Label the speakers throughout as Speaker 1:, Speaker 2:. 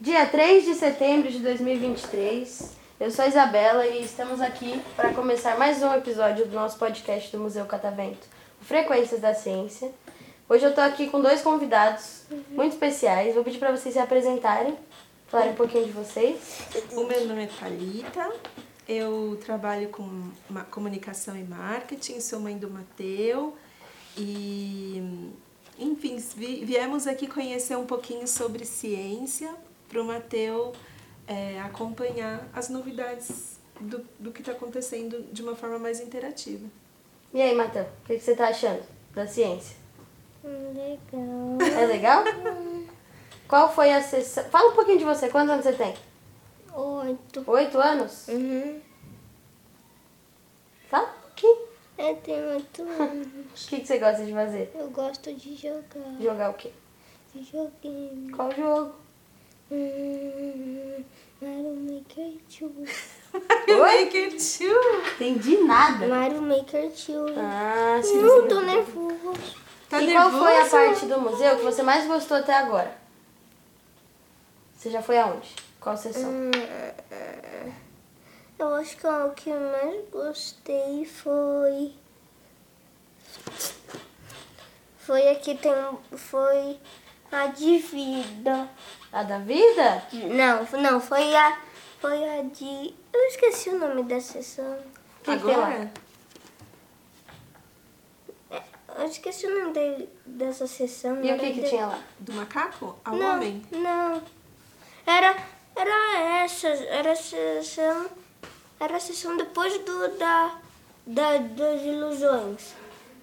Speaker 1: Dia 3 de setembro de 2023, eu sou a Isabela e estamos aqui para começar mais um episódio do nosso podcast do Museu Catavento, o Frequências da Ciência. Hoje eu estou aqui com dois convidados muito especiais. Vou pedir para vocês se apresentarem, falarem um pouquinho de vocês.
Speaker 2: O meu nome é Thalita, eu trabalho com ma- comunicação e marketing, sou mãe do Mateu e, enfim, vi- viemos aqui conhecer um pouquinho sobre ciência para o Mateu é, acompanhar as novidades do, do que está acontecendo de uma forma mais interativa.
Speaker 1: E aí, Matheus, o que que você está achando da ciência?
Speaker 3: Hum, Legal.
Speaker 1: É legal? Qual foi a sessão? Fala um pouquinho de você, quantos anos você tem?
Speaker 3: Oito.
Speaker 1: Oito anos?
Speaker 3: Uhum.
Speaker 1: Fala um pouquinho.
Speaker 3: Eu tenho oito anos.
Speaker 1: O que que você gosta de fazer?
Speaker 3: Eu gosto de jogar.
Speaker 1: Jogar o quê?
Speaker 3: De joguinho.
Speaker 1: Qual jogo?
Speaker 3: Hum, Mario Maker 2.
Speaker 1: Oi?
Speaker 2: Maker Two!
Speaker 1: Entendi nada.
Speaker 3: Mario Maker 2.
Speaker 1: Ah, sim.
Speaker 3: Não tô nervoso.
Speaker 2: Tá
Speaker 1: e
Speaker 2: nervoso?
Speaker 1: qual foi a parte do museu que você mais gostou até agora? Você já foi aonde? Qual sessão?
Speaker 2: Hum.
Speaker 3: Eu acho que é o que eu mais gostei foi. Foi aqui tem. Foi a de vida.
Speaker 1: A da vida?
Speaker 3: Não, não, foi a. Foi a de. Eu esqueci o nome da sessão.
Speaker 1: O que que tem lá?
Speaker 2: Agora?
Speaker 3: É, Eu esqueci o nome dele- dessa sessão.
Speaker 1: E o que que tinha lá?
Speaker 2: Do macaco ao
Speaker 3: Não,
Speaker 2: homem?
Speaker 3: não. Era, era essa, era a sessão. Era a sessão depois do da, da das ilusões.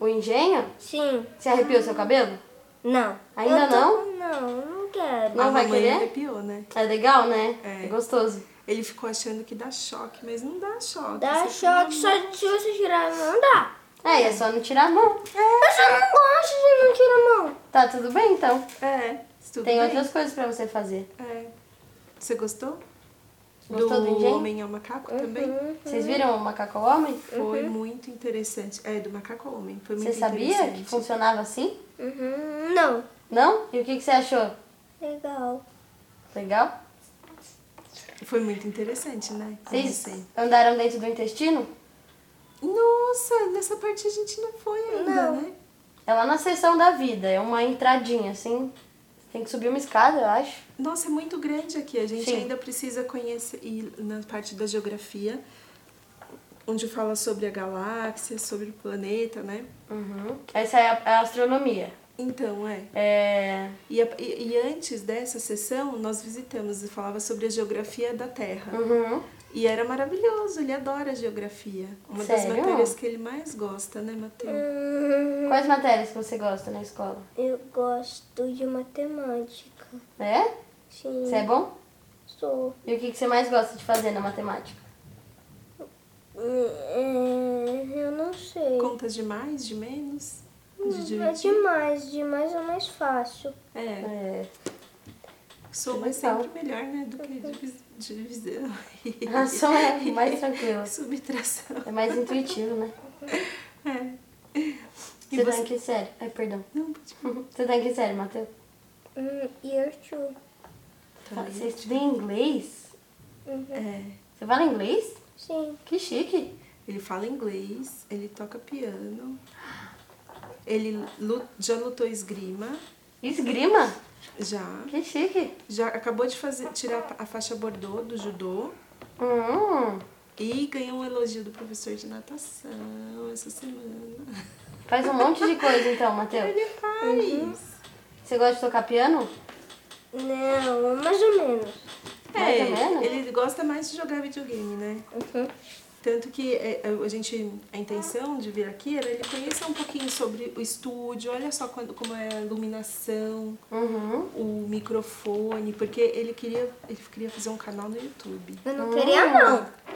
Speaker 1: O engenho?
Speaker 3: Sim.
Speaker 1: Você arrepiou seu cabelo?
Speaker 3: Não.
Speaker 1: Ainda
Speaker 3: Eu tô-
Speaker 1: não?
Speaker 3: Não, não quero.
Speaker 1: Não
Speaker 2: a
Speaker 1: vai
Speaker 2: mamãe
Speaker 1: querer?
Speaker 2: arrepiou, né?
Speaker 1: É legal, né?
Speaker 2: É.
Speaker 1: gostoso.
Speaker 2: Ele ficou achando que dá choque, mas não dá choque.
Speaker 3: Dá
Speaker 2: Você-
Speaker 3: choque só se você tirar a mão, dá.
Speaker 1: É, e é só não tirar a mão.
Speaker 3: Eu só não gosto de não tirar a mão.
Speaker 1: Tá tudo bem então.
Speaker 2: É, tudo
Speaker 1: Tem
Speaker 2: bem.
Speaker 1: outras coisas pra você fazer.
Speaker 2: É. Você gostou?
Speaker 1: Gostou do engenho? Uhum,
Speaker 2: Homem ao Macaco também?
Speaker 1: Vocês viram o macaco homem?
Speaker 2: Foi muito interessante. É, do Macaco ao Homem. Foi
Speaker 1: uhum. Você
Speaker 2: muito
Speaker 1: sabia que
Speaker 2: interessante.
Speaker 1: funcionava assim?
Speaker 3: Uhum, não.
Speaker 1: Não? E o que que você achou?
Speaker 3: Legal.
Speaker 1: Legal?
Speaker 2: Foi muito interessante, né?
Speaker 1: Vocês
Speaker 2: Conhecer.
Speaker 1: andaram dentro do intestino?
Speaker 2: Nossa, nessa parte a gente não foi ainda, né?
Speaker 1: É lá na seção da vida, é uma entradinha assim. Tem que subir uma escada, eu acho.
Speaker 2: Nossa, é muito grande aqui. A gente
Speaker 1: Sim.
Speaker 2: ainda precisa conhecer ir na parte da geografia, onde fala sobre a galáxia, sobre o planeta, né?
Speaker 1: Essa é a, é a astronomia.
Speaker 2: Então, é.
Speaker 1: É,
Speaker 2: E, a- e- e antes dessa sessão, nós visitamos e falava sobre a geografia da Terra.
Speaker 1: uhum.
Speaker 2: E era maravilhoso, ele adora a geografia. Uma
Speaker 1: Sério?
Speaker 2: das matérias que ele mais gosta, né, Matheus?
Speaker 3: Hum,
Speaker 1: Quais matérias que você gosta na escola?
Speaker 3: eu gosto de matemática.
Speaker 1: É?
Speaker 3: Sim.
Speaker 1: Você é bom?
Speaker 3: Sou.
Speaker 1: E o que, que você mais gosta de fazer na matemática?
Speaker 3: É, eu não sei.
Speaker 2: Conta de mais, de menos?
Speaker 1: Hum,
Speaker 2: De
Speaker 3: É
Speaker 2: dividir?
Speaker 3: demais, demais é mais fácil.
Speaker 2: É,
Speaker 1: É.
Speaker 2: sou mas
Speaker 1: legal.
Speaker 2: sempre melhor, né, do que divis- divisão.
Speaker 1: A ação é mais tranquila.
Speaker 2: Subtração.
Speaker 1: É mais intuitivo, né?
Speaker 2: É. E
Speaker 1: Você tá
Speaker 2: você-
Speaker 1: em que série? Ai, perdão.
Speaker 2: Não, pode
Speaker 1: Você tá em que série, Matheus?
Speaker 3: Hum, year two.
Speaker 1: Ah, Você estuda em inglês?
Speaker 2: É.
Speaker 1: Você fala inglês?
Speaker 3: Sim.
Speaker 1: Que chique.
Speaker 2: Ele fala inglês, ele toca piano, ele lu- já lutou esgrima,
Speaker 1: Esgrima?
Speaker 2: já.
Speaker 1: Que chique.
Speaker 2: Já acabou de fazer, tirar a faixa bordô do judô
Speaker 1: Hum.
Speaker 2: e ganhou um elogio do professor de natação essa semana.
Speaker 1: Faz um monte de coisa então, Matheus.
Speaker 2: Ele faz.
Speaker 1: Você gosta de tocar piano?
Speaker 3: Não, mais ou menos.
Speaker 1: Mais ou menos?
Speaker 2: É, ele gosta mais de jogar videogame, né?
Speaker 3: Uhum.
Speaker 2: Tanto que é, a gente, a intenção de vir aqui era ele conhecer um pouquinho sobre o estúdio, olha só quando, como é a iluminação,
Speaker 1: Uhum.
Speaker 2: o microfone, porque ele queria, ele queria fazer um canal no YouTube.
Speaker 3: Eu não queria
Speaker 1: Ah.
Speaker 3: não.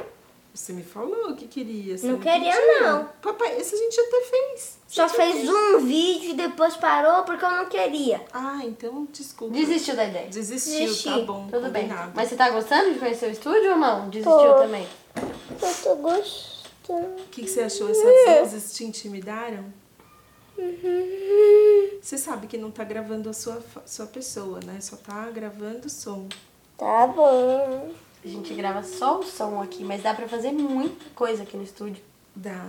Speaker 2: Você me falou que queria. você
Speaker 3: Não queria,
Speaker 2: pediu.
Speaker 3: não.
Speaker 2: Papai, esse a gente até fez.
Speaker 3: Só fez um vídeo e depois parou porque eu não queria.
Speaker 2: Ah, então desculpa.
Speaker 1: Desistiu da ideia.
Speaker 2: Desistiu,
Speaker 3: Desisti.
Speaker 2: tá bom.
Speaker 1: Tudo bem.
Speaker 2: combinado.
Speaker 1: Mas você tá gostando de conhecer o estúdio ou não? Desistiu
Speaker 3: Tô.
Speaker 1: também.
Speaker 3: Eu tô gostando.
Speaker 2: O que, que você achou?
Speaker 1: É.
Speaker 2: Essas luzes te intimidaram? Você sabe que não tá gravando a sua, fa- sua pessoa, né? Só tá gravando o som.
Speaker 3: Tá bom.
Speaker 1: A gente grava só o som aqui, mas dá pra fazer muita coisa aqui no estúdio.
Speaker 2: Dá.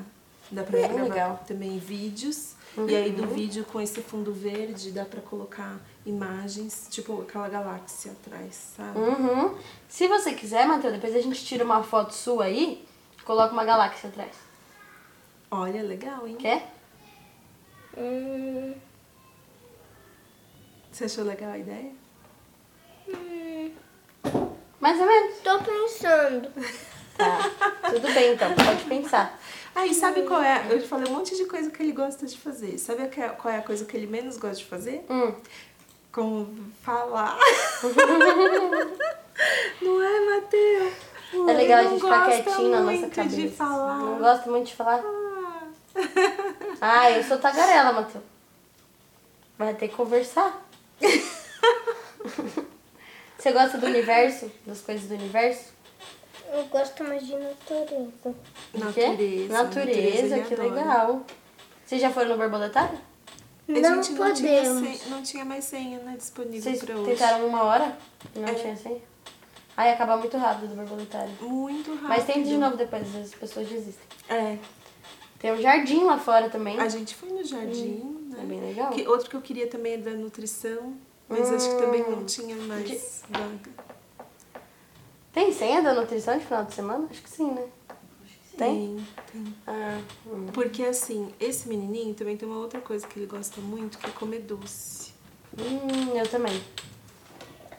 Speaker 2: Dá pra
Speaker 1: É,
Speaker 2: gravar
Speaker 1: legal. Uhum.
Speaker 2: também vídeos. E aí do vídeo com esse fundo verde dá pra colocar imagens, tipo aquela galáxia atrás, sabe?
Speaker 1: Uhum. Se você quiser, Matheus, depois a gente tira uma foto sua aí, coloca uma galáxia atrás.
Speaker 2: Olha, legal, hein?
Speaker 1: Quer?
Speaker 3: Hum,
Speaker 2: Você achou legal a ideia?
Speaker 1: Mais ou menos.
Speaker 3: tô pensando.
Speaker 1: Tá. Tudo bem, então. Pode pensar.
Speaker 2: Ah, e sabe qual é? Eu te falei um monte de coisa que ele gosta de fazer. Sabe a que- qual é a coisa que ele menos gosta de fazer?
Speaker 1: Hum.
Speaker 2: Como falar. Não é, Matheus?
Speaker 1: É legal a
Speaker 2: Ele
Speaker 1: gente
Speaker 2: não
Speaker 1: ficar
Speaker 2: gosta
Speaker 1: quietinho na nossa
Speaker 2: muito
Speaker 1: cabeça.
Speaker 2: de falar.
Speaker 1: Não gosto muito de falar. Ah, eu sou tagarela, Matheus. Vai ter que conversar. Você gosta do universo? Das coisas do universo?
Speaker 3: Eu gosto mais de natureza.
Speaker 1: Do quê?
Speaker 2: Natureza.
Speaker 1: Natureza,
Speaker 2: ele
Speaker 1: que
Speaker 2: adora.
Speaker 1: legal. Vocês já foram no borboletário?
Speaker 2: A
Speaker 3: Não
Speaker 2: gente não tinha,
Speaker 3: podemos.
Speaker 2: senha- não tinha mais senha né, disponível
Speaker 1: Vocês
Speaker 2: pra hoje.
Speaker 1: tentaram uma hora? e Não
Speaker 2: É.
Speaker 1: tinha senha? Ai, acaba muito rápido do borboletário.
Speaker 2: Muito rápido.
Speaker 1: Mas tenta de novo depois, as pessoas desistem.
Speaker 2: É.
Speaker 1: Tem um jardim lá fora também.
Speaker 2: A gente foi no jardim,
Speaker 3: Hum,
Speaker 2: né?
Speaker 1: É bem legal.
Speaker 2: Que- outro que eu queria também é da nutrição, mas acho que também
Speaker 3: Hum.
Speaker 2: não tinha mais vaga.
Speaker 1: Tem senha da nutrição de final de semana? Acho que sim, né? Tem?
Speaker 2: tem.
Speaker 1: Ah, hum.
Speaker 2: Porque assim, esse menininho também tem uma outra coisa que ele gosta muito, que é comer doce.
Speaker 1: Hum, eu também.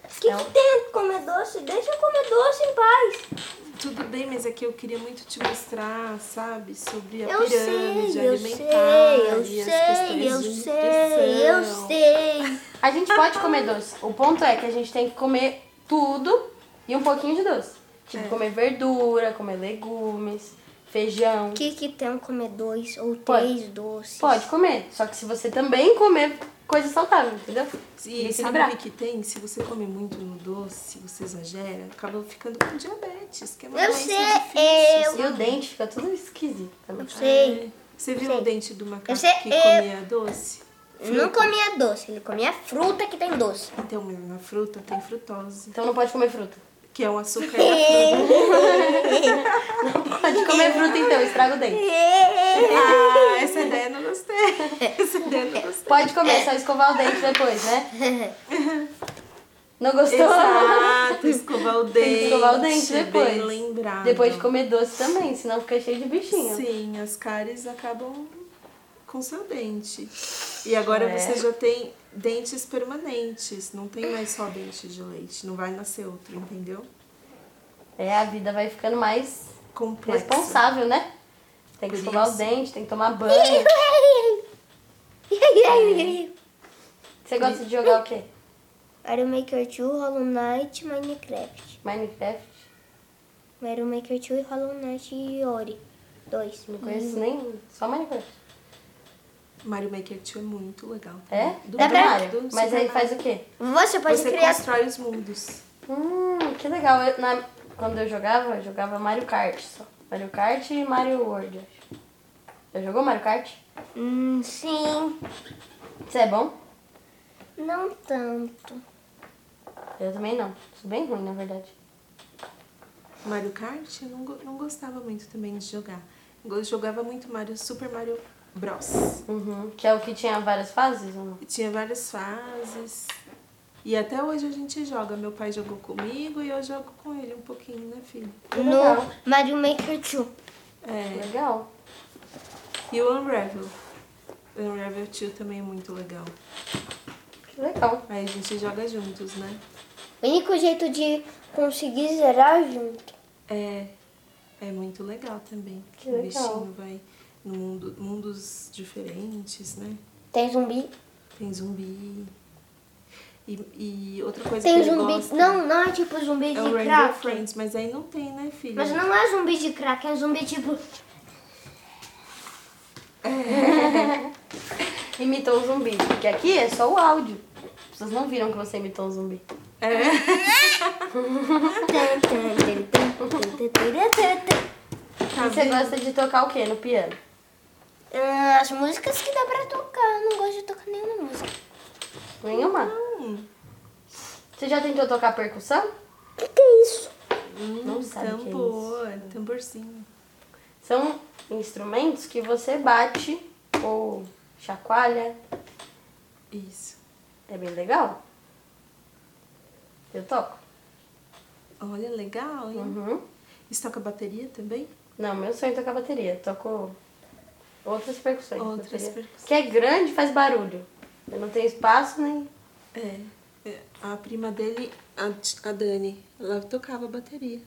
Speaker 3: O que,
Speaker 1: Não.
Speaker 3: que tem comer doce? Deixa eu comer doce em paz.
Speaker 2: Tudo bem, mas é que eu queria muito te mostrar, sabe, sobre a
Speaker 3: Eu
Speaker 2: pirâmide
Speaker 3: sei, eu
Speaker 2: alimentar
Speaker 3: sei, eu
Speaker 2: e as
Speaker 3: sei, eu
Speaker 2: questões de
Speaker 3: sei, eu
Speaker 2: nutrição.
Speaker 3: sei.
Speaker 1: A gente pode comer doce. O ponto é que a gente tem que comer tudo e um pouquinho de doce. Tipo,
Speaker 2: É.
Speaker 1: comer verdura, comer legumes, feijão.
Speaker 3: O que, que tem comer dois ou
Speaker 1: Pode.
Speaker 3: três doces?
Speaker 1: Pode comer. Só que se você também comer coisa saudável, entendeu?
Speaker 2: E sabe
Speaker 1: equilibrar.
Speaker 2: o que que tem? Se você come muito no doce, você exagera, acaba ficando com diabetes, que é uma
Speaker 3: Eu
Speaker 2: doença
Speaker 3: sei,
Speaker 2: difícil.
Speaker 1: E o dente fica tudo esquisito tá também.
Speaker 3: Eu sei.
Speaker 2: É. Você viu o dente do macaco
Speaker 3: Eu sei,
Speaker 2: que
Speaker 3: eu-
Speaker 1: É.
Speaker 2: comia doce?
Speaker 3: Ele Não comia doce, ele comia fruta que tem doce.
Speaker 2: Então, mas na fruta tem frutose,
Speaker 1: Então não pode comer fruta.
Speaker 2: que é um açúcar da fruta.
Speaker 1: Pode comer fruta então, estraga o dente.
Speaker 2: Ah, essa ideia eu não gostei. Essa ideia eu não gostei.
Speaker 1: Pode comer, só escovar o dente depois, né? Não gostou?
Speaker 2: Exato, escovar o dente.
Speaker 1: Tem que escovar o dente
Speaker 2: bem
Speaker 1: depois.
Speaker 2: lembrado.
Speaker 1: Depois de comer doce também, senão fica cheio de bichinho.
Speaker 2: Sim, as cáries acabam com seu dente. E agora
Speaker 1: É.
Speaker 2: você já tem dentes permanentes, não tem mais só dente de leite, não vai nascer outro, entendeu?
Speaker 1: É, a vida vai ficando mais
Speaker 2: Complexo.
Speaker 1: responsável, né? Tem que
Speaker 2: Por
Speaker 1: escovar
Speaker 2: isso.
Speaker 1: o dente, tem que tomar banho. Você gosta de jogar o quê?
Speaker 3: Mario Maker 2, Hollow Knight, Minecraft.
Speaker 1: Minecraft?
Speaker 3: Mario Maker 2, Hollow Knight e Ori. Dois.
Speaker 1: Não conheço
Speaker 2: Hum.
Speaker 1: nem. Só Minecraft.
Speaker 2: Mario Maker 2 é muito legal.
Speaker 1: É?
Speaker 2: Do,
Speaker 1: Dá
Speaker 2: do
Speaker 1: pra-
Speaker 2: Mario, do
Speaker 1: Mas
Speaker 2: Super
Speaker 1: aí
Speaker 2: Mario.
Speaker 1: faz o quê?
Speaker 3: Você pode
Speaker 2: Hum. Você
Speaker 3: criar.
Speaker 2: constrói os mundos.
Speaker 1: Hum, que legal. Eu- na- quando eu jogava, eu jogava Mario Kart só. Mario Kart e Mario World, acho. Já jogou Mario Kart?
Speaker 3: Hum, sim.
Speaker 1: Você é bom?
Speaker 3: Não tanto.
Speaker 1: Eu também não. Sou bem ruim, na verdade.
Speaker 2: Mario Kart, eu não, go- não gostava muito também de jogar. Eu jogava muito Mario Super Mario Bros.
Speaker 1: Uhum. Que é o que tinha várias fases ou não?
Speaker 2: E Tinha várias fases. E até hoje a gente joga. Meu pai jogou comigo e eu jogo com ele um pouquinho, né, filho?
Speaker 1: legal.
Speaker 3: No Mario Maker 2.
Speaker 2: É.
Speaker 1: Legal.
Speaker 2: E o Unravel. O Unravel 2 também é muito legal.
Speaker 1: Que legal.
Speaker 2: Aí a gente joga juntos, né?
Speaker 3: O único jeito de conseguir zerar junto.
Speaker 2: É. É muito legal também.
Speaker 1: Que
Speaker 2: O
Speaker 1: legal.
Speaker 2: bichinho vai no mundo, mundos diferentes, né?
Speaker 3: Tem zumbi?
Speaker 2: Tem zumbi. E, e outra coisa
Speaker 3: Tem
Speaker 2: que ele
Speaker 3: zumbi.
Speaker 2: gosta
Speaker 3: Não, não é tipo zumbi
Speaker 2: é o
Speaker 3: de
Speaker 2: Rainbow
Speaker 3: crack.
Speaker 2: Friends, mas aí não tem, né, filho?
Speaker 3: Mas não é zumbi de crack, é zumbi tipo.
Speaker 1: Imitou o zumbi. Porque aqui é só o áudio. As pessoas não viram que você imitou um zumbi.
Speaker 2: É.
Speaker 3: Tan, tan, tan, tan, tan, tan, tan, tan, tan.
Speaker 2: Tá
Speaker 1: e você
Speaker 2: vendo?
Speaker 1: gosta de tocar o quê no piano?
Speaker 3: Ah, As músicas que dá pra tocar, eu não gosto de tocar nenhuma música.
Speaker 1: Nenhuma?
Speaker 2: Hum,
Speaker 1: Você já tentou tocar percussão?
Speaker 3: O que, que é isso?
Speaker 1: Não sabe o que é isso.
Speaker 2: tambor, tamborzinho.
Speaker 1: São instrumentos que você bate ou chacoalha.
Speaker 2: Isso.
Speaker 1: É bem legal. Eu toco.
Speaker 2: Olha, legal, hein?
Speaker 1: Uhum.
Speaker 2: Isso toca bateria também?
Speaker 1: Não, meu sonho é tocar bateria. Eu toco outras percussões.
Speaker 2: Outras
Speaker 1: bateria.
Speaker 2: percussões.
Speaker 1: Que é grande faz barulho. Eu não tenho espaço nem.
Speaker 2: É. é, A prima dele, a, a Dani, ela tocava bateria.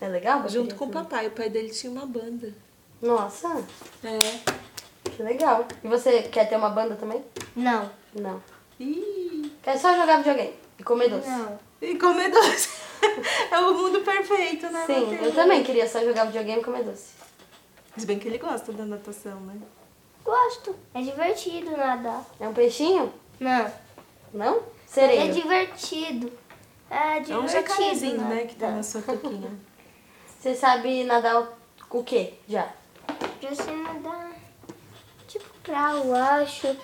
Speaker 1: É legal? bateria
Speaker 2: Junto com o
Speaker 1: também?
Speaker 2: papai. O pai dele tinha uma banda.
Speaker 1: Nossa,
Speaker 2: É.
Speaker 1: que legal. E você quer ter uma banda também?
Speaker 3: Não.
Speaker 1: Não.
Speaker 2: Ih,
Speaker 1: Quer só jogar videogame e comer doce?
Speaker 3: Não.
Speaker 2: e comer doce. é o mundo perfeito, né?
Speaker 1: Sim,
Speaker 2: Matheus?
Speaker 1: eu também queria só jogar videogame e comer doce.
Speaker 2: Se bem que ele gosta da natação, né?
Speaker 3: Gosto. É divertido nadar.
Speaker 1: É um peixinho?
Speaker 3: Não.
Speaker 1: Não?
Speaker 3: É
Speaker 1: Sereio.
Speaker 3: divertido. É divertido. É.
Speaker 2: É um jacarezinho,
Speaker 3: nadar.
Speaker 2: né? Que tá na sua toquinha.
Speaker 1: Você sabe nadar o- o quê? Já.
Speaker 3: Já sei nadar. Tipo pra eu acho.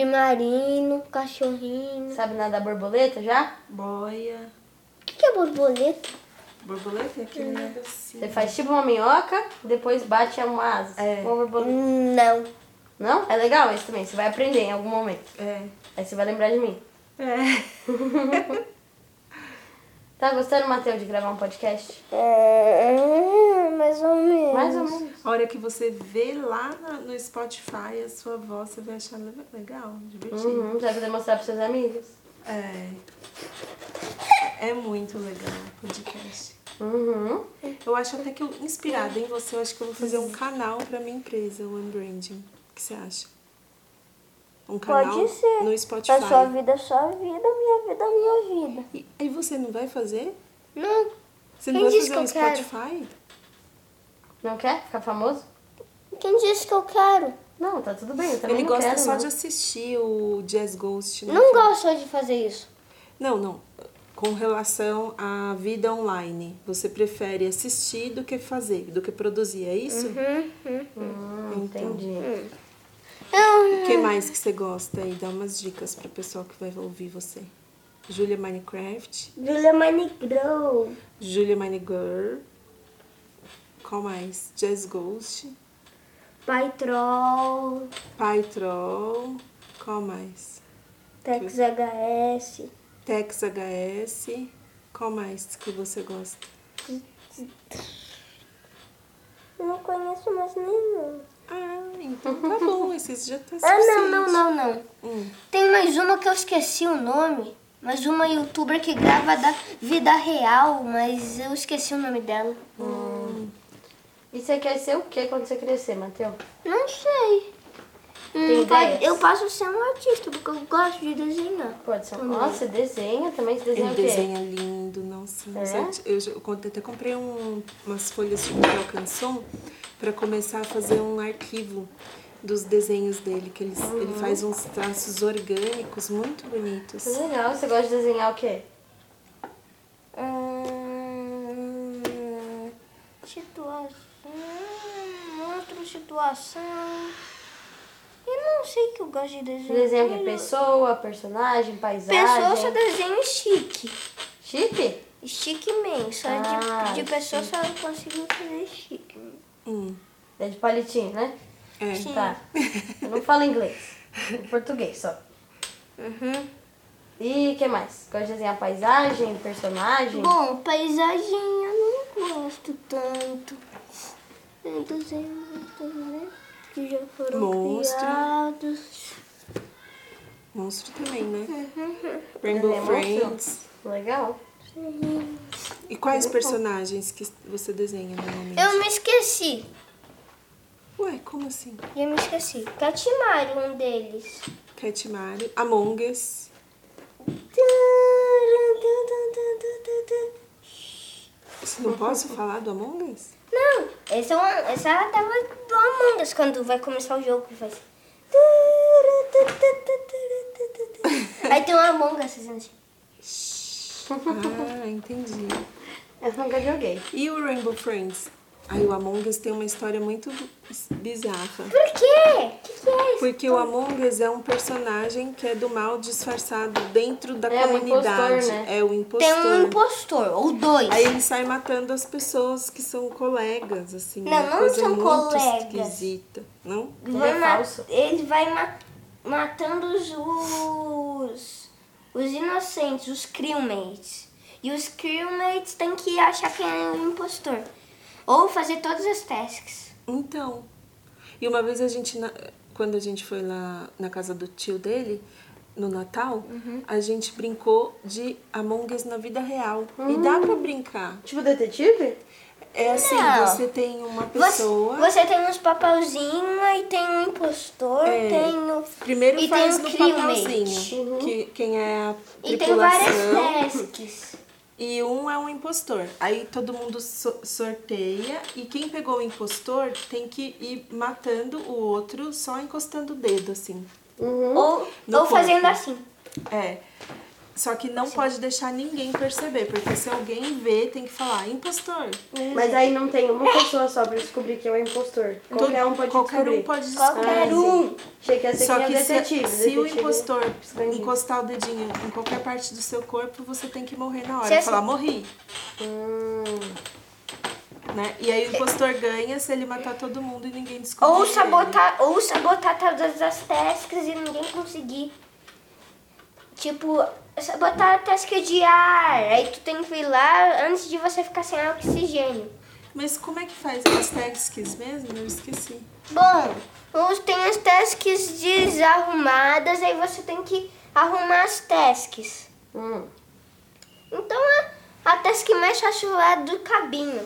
Speaker 3: Submarino, cachorrinho.
Speaker 1: Sabe nadar borboleta já?
Speaker 2: Boia.
Speaker 3: O que, que é borboleta?
Speaker 2: Borboleta é aquele negocinho.
Speaker 1: Você faz tipo uma minhoca, depois bate uma asa.
Speaker 2: É.
Speaker 1: Uma borboleta.
Speaker 3: Não.
Speaker 1: Não? É legal esse também. Você vai aprender em algum momento.
Speaker 2: É.
Speaker 1: Aí você vai lembrar de mim.
Speaker 2: É.
Speaker 1: Tá gostando, Matheus, de gravar um podcast?
Speaker 3: É, mais ou menos.
Speaker 1: Mais ou menos.
Speaker 2: A hora que você vê lá na- no Spotify a sua voz, você vai achar le- legal, divertido.
Speaker 1: Uhum. Você vai poder mostrar pros seus amigos.
Speaker 2: É. É muito legal o podcast.
Speaker 1: Uhum.
Speaker 2: Eu acho até que eu, inspirada em você, eu acho que eu vou fazer um canal pra minha empresa, o Unbranding. O que você acha? Um canal
Speaker 3: Pode ser. Tá
Speaker 2: no Spotify.
Speaker 3: A sua vida é sua vida, a minha vida é a minha vida.
Speaker 2: E, e você não vai fazer?
Speaker 3: Não,
Speaker 2: Você não
Speaker 3: Quem
Speaker 2: vai
Speaker 3: disse
Speaker 2: fazer um
Speaker 3: que eu quero?
Speaker 2: Spotify?
Speaker 1: Não quer ficar famoso?
Speaker 3: quem disse que eu quero?
Speaker 1: Não, tá tudo bem. Eu também
Speaker 2: Ele
Speaker 1: não
Speaker 2: gosta
Speaker 1: quero,
Speaker 2: só
Speaker 1: não.
Speaker 2: de assistir o Jazz Ghost. né?
Speaker 3: Não gosto de fazer isso.
Speaker 2: Não, não. Com relação à vida online, você prefere assistir do que fazer, do que produzir, é isso?
Speaker 3: Uhum.
Speaker 1: Hum, entendi.
Speaker 2: O que mais que você gosta aí? Dá umas dicas para pessoal que vai ouvir você. Julia Minecraft,
Speaker 3: Julia Minecraft.
Speaker 2: Julia Minegirl. Qual mais? Jazz Ghost,
Speaker 3: Pai Troll,
Speaker 2: Pytroll. Qual mais?
Speaker 3: Tex HS,
Speaker 2: Tex HS. Qual mais que você gosta?
Speaker 3: Eu não conheço mais nenhum.
Speaker 2: Ah, então tá bom. Esses já tá
Speaker 3: Ah,
Speaker 2: suficiente.
Speaker 3: não, não, não, não.
Speaker 2: Hum.
Speaker 3: Tem mais uma que eu esqueci o nome. Mas uma youtuber que grava da vida real, mas eu esqueci o nome dela.
Speaker 1: E você quer ser o que quando você crescer, Matheus?
Speaker 3: Não sei.
Speaker 1: Tem
Speaker 3: Hum, pode-
Speaker 1: ideias?
Speaker 3: eu posso ser um artista, porque eu gosto de desenhar.
Speaker 1: Pode ser. um- Nossa, você desenha também. Você
Speaker 3: É
Speaker 1: desenha
Speaker 2: Ele
Speaker 1: o quê?
Speaker 2: desenha lindo, nossa.
Speaker 1: É?
Speaker 2: gente, Eu, já- eu cont- até comprei um- umas folhas de papel canção para começar a fazer um arquivo dos desenhos dele, que ele,
Speaker 3: Uhum.
Speaker 2: ele faz uns traços orgânicos muito bonitos.
Speaker 1: Que Legal. Você gosta de desenhar o quê?
Speaker 3: Hum, situação. Outra situação. Eu não sei o que eu gosto de
Speaker 1: Você
Speaker 3: desenhar.
Speaker 1: desenha o quê? Pessoa, personagem, paisagem?
Speaker 3: Pessoa só desenho chique.
Speaker 1: Chique?
Speaker 3: Chique mesmo. Só
Speaker 1: Ah,
Speaker 3: de, de pessoa só eu consigo fazer chique.
Speaker 2: Hum,
Speaker 1: É de palitinho, né?
Speaker 2: é.
Speaker 3: Sim.
Speaker 1: Tá. Eu não falo inglês. Eu português só. E o que mais? Gosta de desenhar paisagem, personagem?
Speaker 3: Bom, paisagem eu não gosto tanto. Eu desenho muitos, né? Que já foram
Speaker 2: Monstro.
Speaker 3: criados.
Speaker 2: Monstro também, né?
Speaker 1: Uhum.
Speaker 2: Rainbow
Speaker 1: Desenha
Speaker 2: Friends.
Speaker 1: Legal.
Speaker 2: E quais personagens que você desenha normalmente?
Speaker 3: Eu me esqueci.
Speaker 2: Ué, como assim?
Speaker 3: Eu me esqueci. Catimário, um deles.
Speaker 2: Cat Mario, Among Us. Você não posso falar do Among Us?
Speaker 3: Não, essa, é uma- essa tava do Among Us quando vai começar o jogo. que Faz... Aí tem um Among Us, gente.
Speaker 2: Ah, entendi.
Speaker 1: Eu nunca joguei.
Speaker 2: E o Rainbow Friends? Aí o Among Us tem uma história muito bizarra.
Speaker 3: Por quê? O que, que é isso?
Speaker 2: Porque o Among Us é um personagem que é do mal disfarçado dentro da
Speaker 1: É um
Speaker 2: comunidade.
Speaker 1: impostor, né?
Speaker 2: É o
Speaker 3: Tem
Speaker 2: impostor.
Speaker 3: um impostor, ou dois.
Speaker 2: Aí ele sai matando as pessoas que são colegas, assim.
Speaker 3: Não,
Speaker 2: uma
Speaker 3: não
Speaker 2: coisa
Speaker 3: são
Speaker 2: muito
Speaker 3: colegas.
Speaker 2: esquisita. Não?
Speaker 1: Ele
Speaker 3: Vai
Speaker 1: é
Speaker 3: ma-
Speaker 1: falso.
Speaker 3: ele vai ma- matando os, os, os inocentes, os crewmates. E os crewmates têm que achar quem é o impostor. Ou fazer todas as tasks.
Speaker 2: Então. E uma vez a gente, na- quando a gente foi lá na casa do tio dele, no Natal,
Speaker 3: Uhum.
Speaker 2: a gente brincou de Among Us na vida real. E dá pra brincar.
Speaker 1: Tipo detetive?
Speaker 2: É assim,
Speaker 3: Hum. Não.
Speaker 2: você tem uma
Speaker 3: Você,
Speaker 2: pessoa.
Speaker 3: você tem uns papelzinhos, aí tem um impostor,
Speaker 2: É.
Speaker 3: tem o.
Speaker 2: Primeiro
Speaker 3: e
Speaker 2: faz
Speaker 3: tem
Speaker 2: no
Speaker 3: o crewmate.
Speaker 2: papelzinho.
Speaker 3: Uhum.
Speaker 2: Que, quem é a
Speaker 3: E tem várias
Speaker 2: tripulação.
Speaker 3: tasks.
Speaker 2: E um é um impostor. Aí todo mundo so- sorteia e quem pegou o impostor tem que ir matando o outro só encostando o dedo, assim.
Speaker 1: Uhum.
Speaker 3: Ou,
Speaker 2: No
Speaker 3: ou fazendo
Speaker 2: corpo.
Speaker 3: assim.
Speaker 2: É. Só que não pode deixar ninguém perceber, porque se alguém vê, tem que falar, impostor.
Speaker 1: Mas aí não tem uma pessoa só pra descobrir quem é o impostor. Qualquer um pode
Speaker 2: Qualquer
Speaker 1: descobrir.
Speaker 2: um pode descobrir.
Speaker 3: Qualquer um.
Speaker 1: Achei que ia ser
Speaker 2: Só
Speaker 1: quem é
Speaker 2: que
Speaker 1: o detetive.
Speaker 2: se, se o
Speaker 1: detetive-
Speaker 2: impostor
Speaker 1: escondido.
Speaker 2: encostar o dedinho em qualquer parte do seu corpo, você tem que morrer na
Speaker 3: Se
Speaker 2: hora.
Speaker 3: assim-
Speaker 2: E falar, morri.
Speaker 1: Hum.
Speaker 2: Né? E aí o impostor ganha se ele matar todo mundo e ninguém descobrir.
Speaker 3: Ou
Speaker 2: ele.
Speaker 3: sabotar, ou sabotar todas as tasks e ninguém conseguir. Tipo, sabotar a task de ar. Aí tu tem que ir lá antes de você ficar sem oxigênio.
Speaker 2: Mas como é que faz as tasks mesmo? Eu esqueci.
Speaker 3: Bom, ou tem as tasks desarrumadas, aí você tem que arrumar as tasks.
Speaker 1: Hum.
Speaker 3: Então a, a task mais fácil é a do cabinho.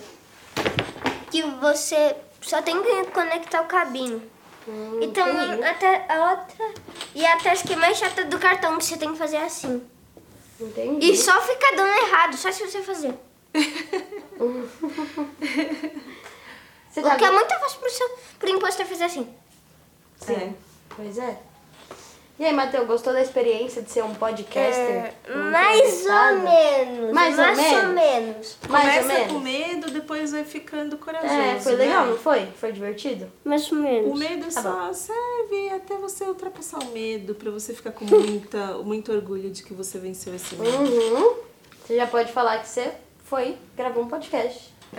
Speaker 3: Que você só tem que conectar o cabinho.
Speaker 1: hum,
Speaker 3: e também a, ta- a outra. E a task mais chata é do cartão, que você tem que fazer assim.
Speaker 1: Entendi.
Speaker 3: E só fica dando errado, só se você fazer.
Speaker 1: Você tá
Speaker 3: Porque é
Speaker 1: vendo?
Speaker 3: muito fácil pro, seu, pro impostor fazer assim.
Speaker 2: Sim.
Speaker 1: Pois é. E aí, Matheus, gostou da experiência de ser um podcaster?
Speaker 2: É,
Speaker 1: Um
Speaker 3: mais ou
Speaker 1: entrevistado?
Speaker 3: menos.
Speaker 1: Mais ou menos?
Speaker 3: menos.
Speaker 1: Mais ou
Speaker 2: Começa
Speaker 1: menos.
Speaker 2: com medo, depois vai ficando corajoso.
Speaker 1: É, foi
Speaker 2: né?
Speaker 1: legal, Tá não foi? Foi divertido?
Speaker 3: Mais ou
Speaker 2: O
Speaker 3: menos.
Speaker 2: medo só serve até você ultrapassar o medo, pra você ficar com muita, muito orgulho de que você venceu esse medo.
Speaker 1: Uhum. Você já pode falar que você foi, gravou um podcast.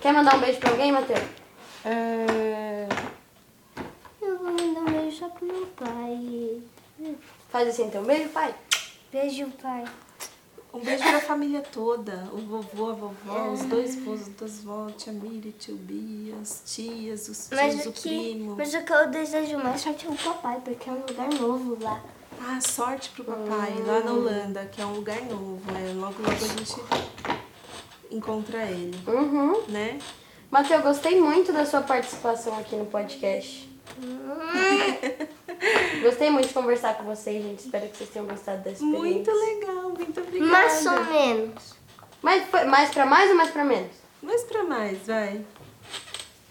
Speaker 1: Quer mandar um beijo pra alguém, Matheus?
Speaker 2: É...
Speaker 3: Eu vou mandar um beijo só pro meu pai.
Speaker 1: Faz assim então, beijo, pai.
Speaker 3: Beijo, pai.
Speaker 2: Um beijo pra família toda. O vovô, a
Speaker 1: É.
Speaker 2: vovó, os dois vós, duas vó, tia Miri, tio Bias, tias, os tios,
Speaker 1: é
Speaker 3: Mas o,
Speaker 2: o
Speaker 3: que,
Speaker 2: primo.
Speaker 3: mas o que eu desejo mais sorte é o papai, porque é um lugar novo lá.
Speaker 2: Ah, sorte pro papai, lá
Speaker 1: Ah.
Speaker 2: na Holanda, que é um lugar novo. É, logo, logo a gente encontra ele,
Speaker 1: Uhum.
Speaker 2: né?
Speaker 1: Matheus, gostei muito da sua participação aqui no podcast. gostei muito de conversar com vocês, gente. Espero que vocês tenham gostado da experiência.
Speaker 2: Muito legal, muito obrigada.
Speaker 3: Mais ou menos.
Speaker 1: Mas foi mais pra mais ou mais pra menos?
Speaker 2: Mas pra mais, vai.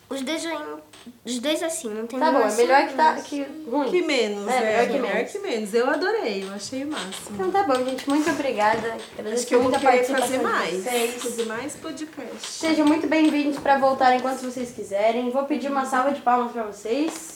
Speaker 3: Os dois, vão- os dois assim, não tem
Speaker 1: Tá bom,
Speaker 3: nenhum
Speaker 1: é
Speaker 3: assim,
Speaker 1: melhor que tá
Speaker 3: mas-
Speaker 1: que ruim.
Speaker 2: Que menos,
Speaker 1: É,
Speaker 2: é,
Speaker 1: melhor que menos.
Speaker 2: que menos. Eu adorei, eu achei o máximo.
Speaker 1: Então tá bom, gente. Muito obrigada.
Speaker 2: Acho
Speaker 1: Agradeço
Speaker 2: que eu vou
Speaker 1: muito a
Speaker 2: querer
Speaker 1: participação
Speaker 2: fazer
Speaker 1: de
Speaker 2: mais.
Speaker 1: vocês.
Speaker 2: Fazer mais podcast.
Speaker 1: Sejam muito bem-vindos para voltar enquanto vocês quiserem. Vou pedir uma salva de palmas para vocês.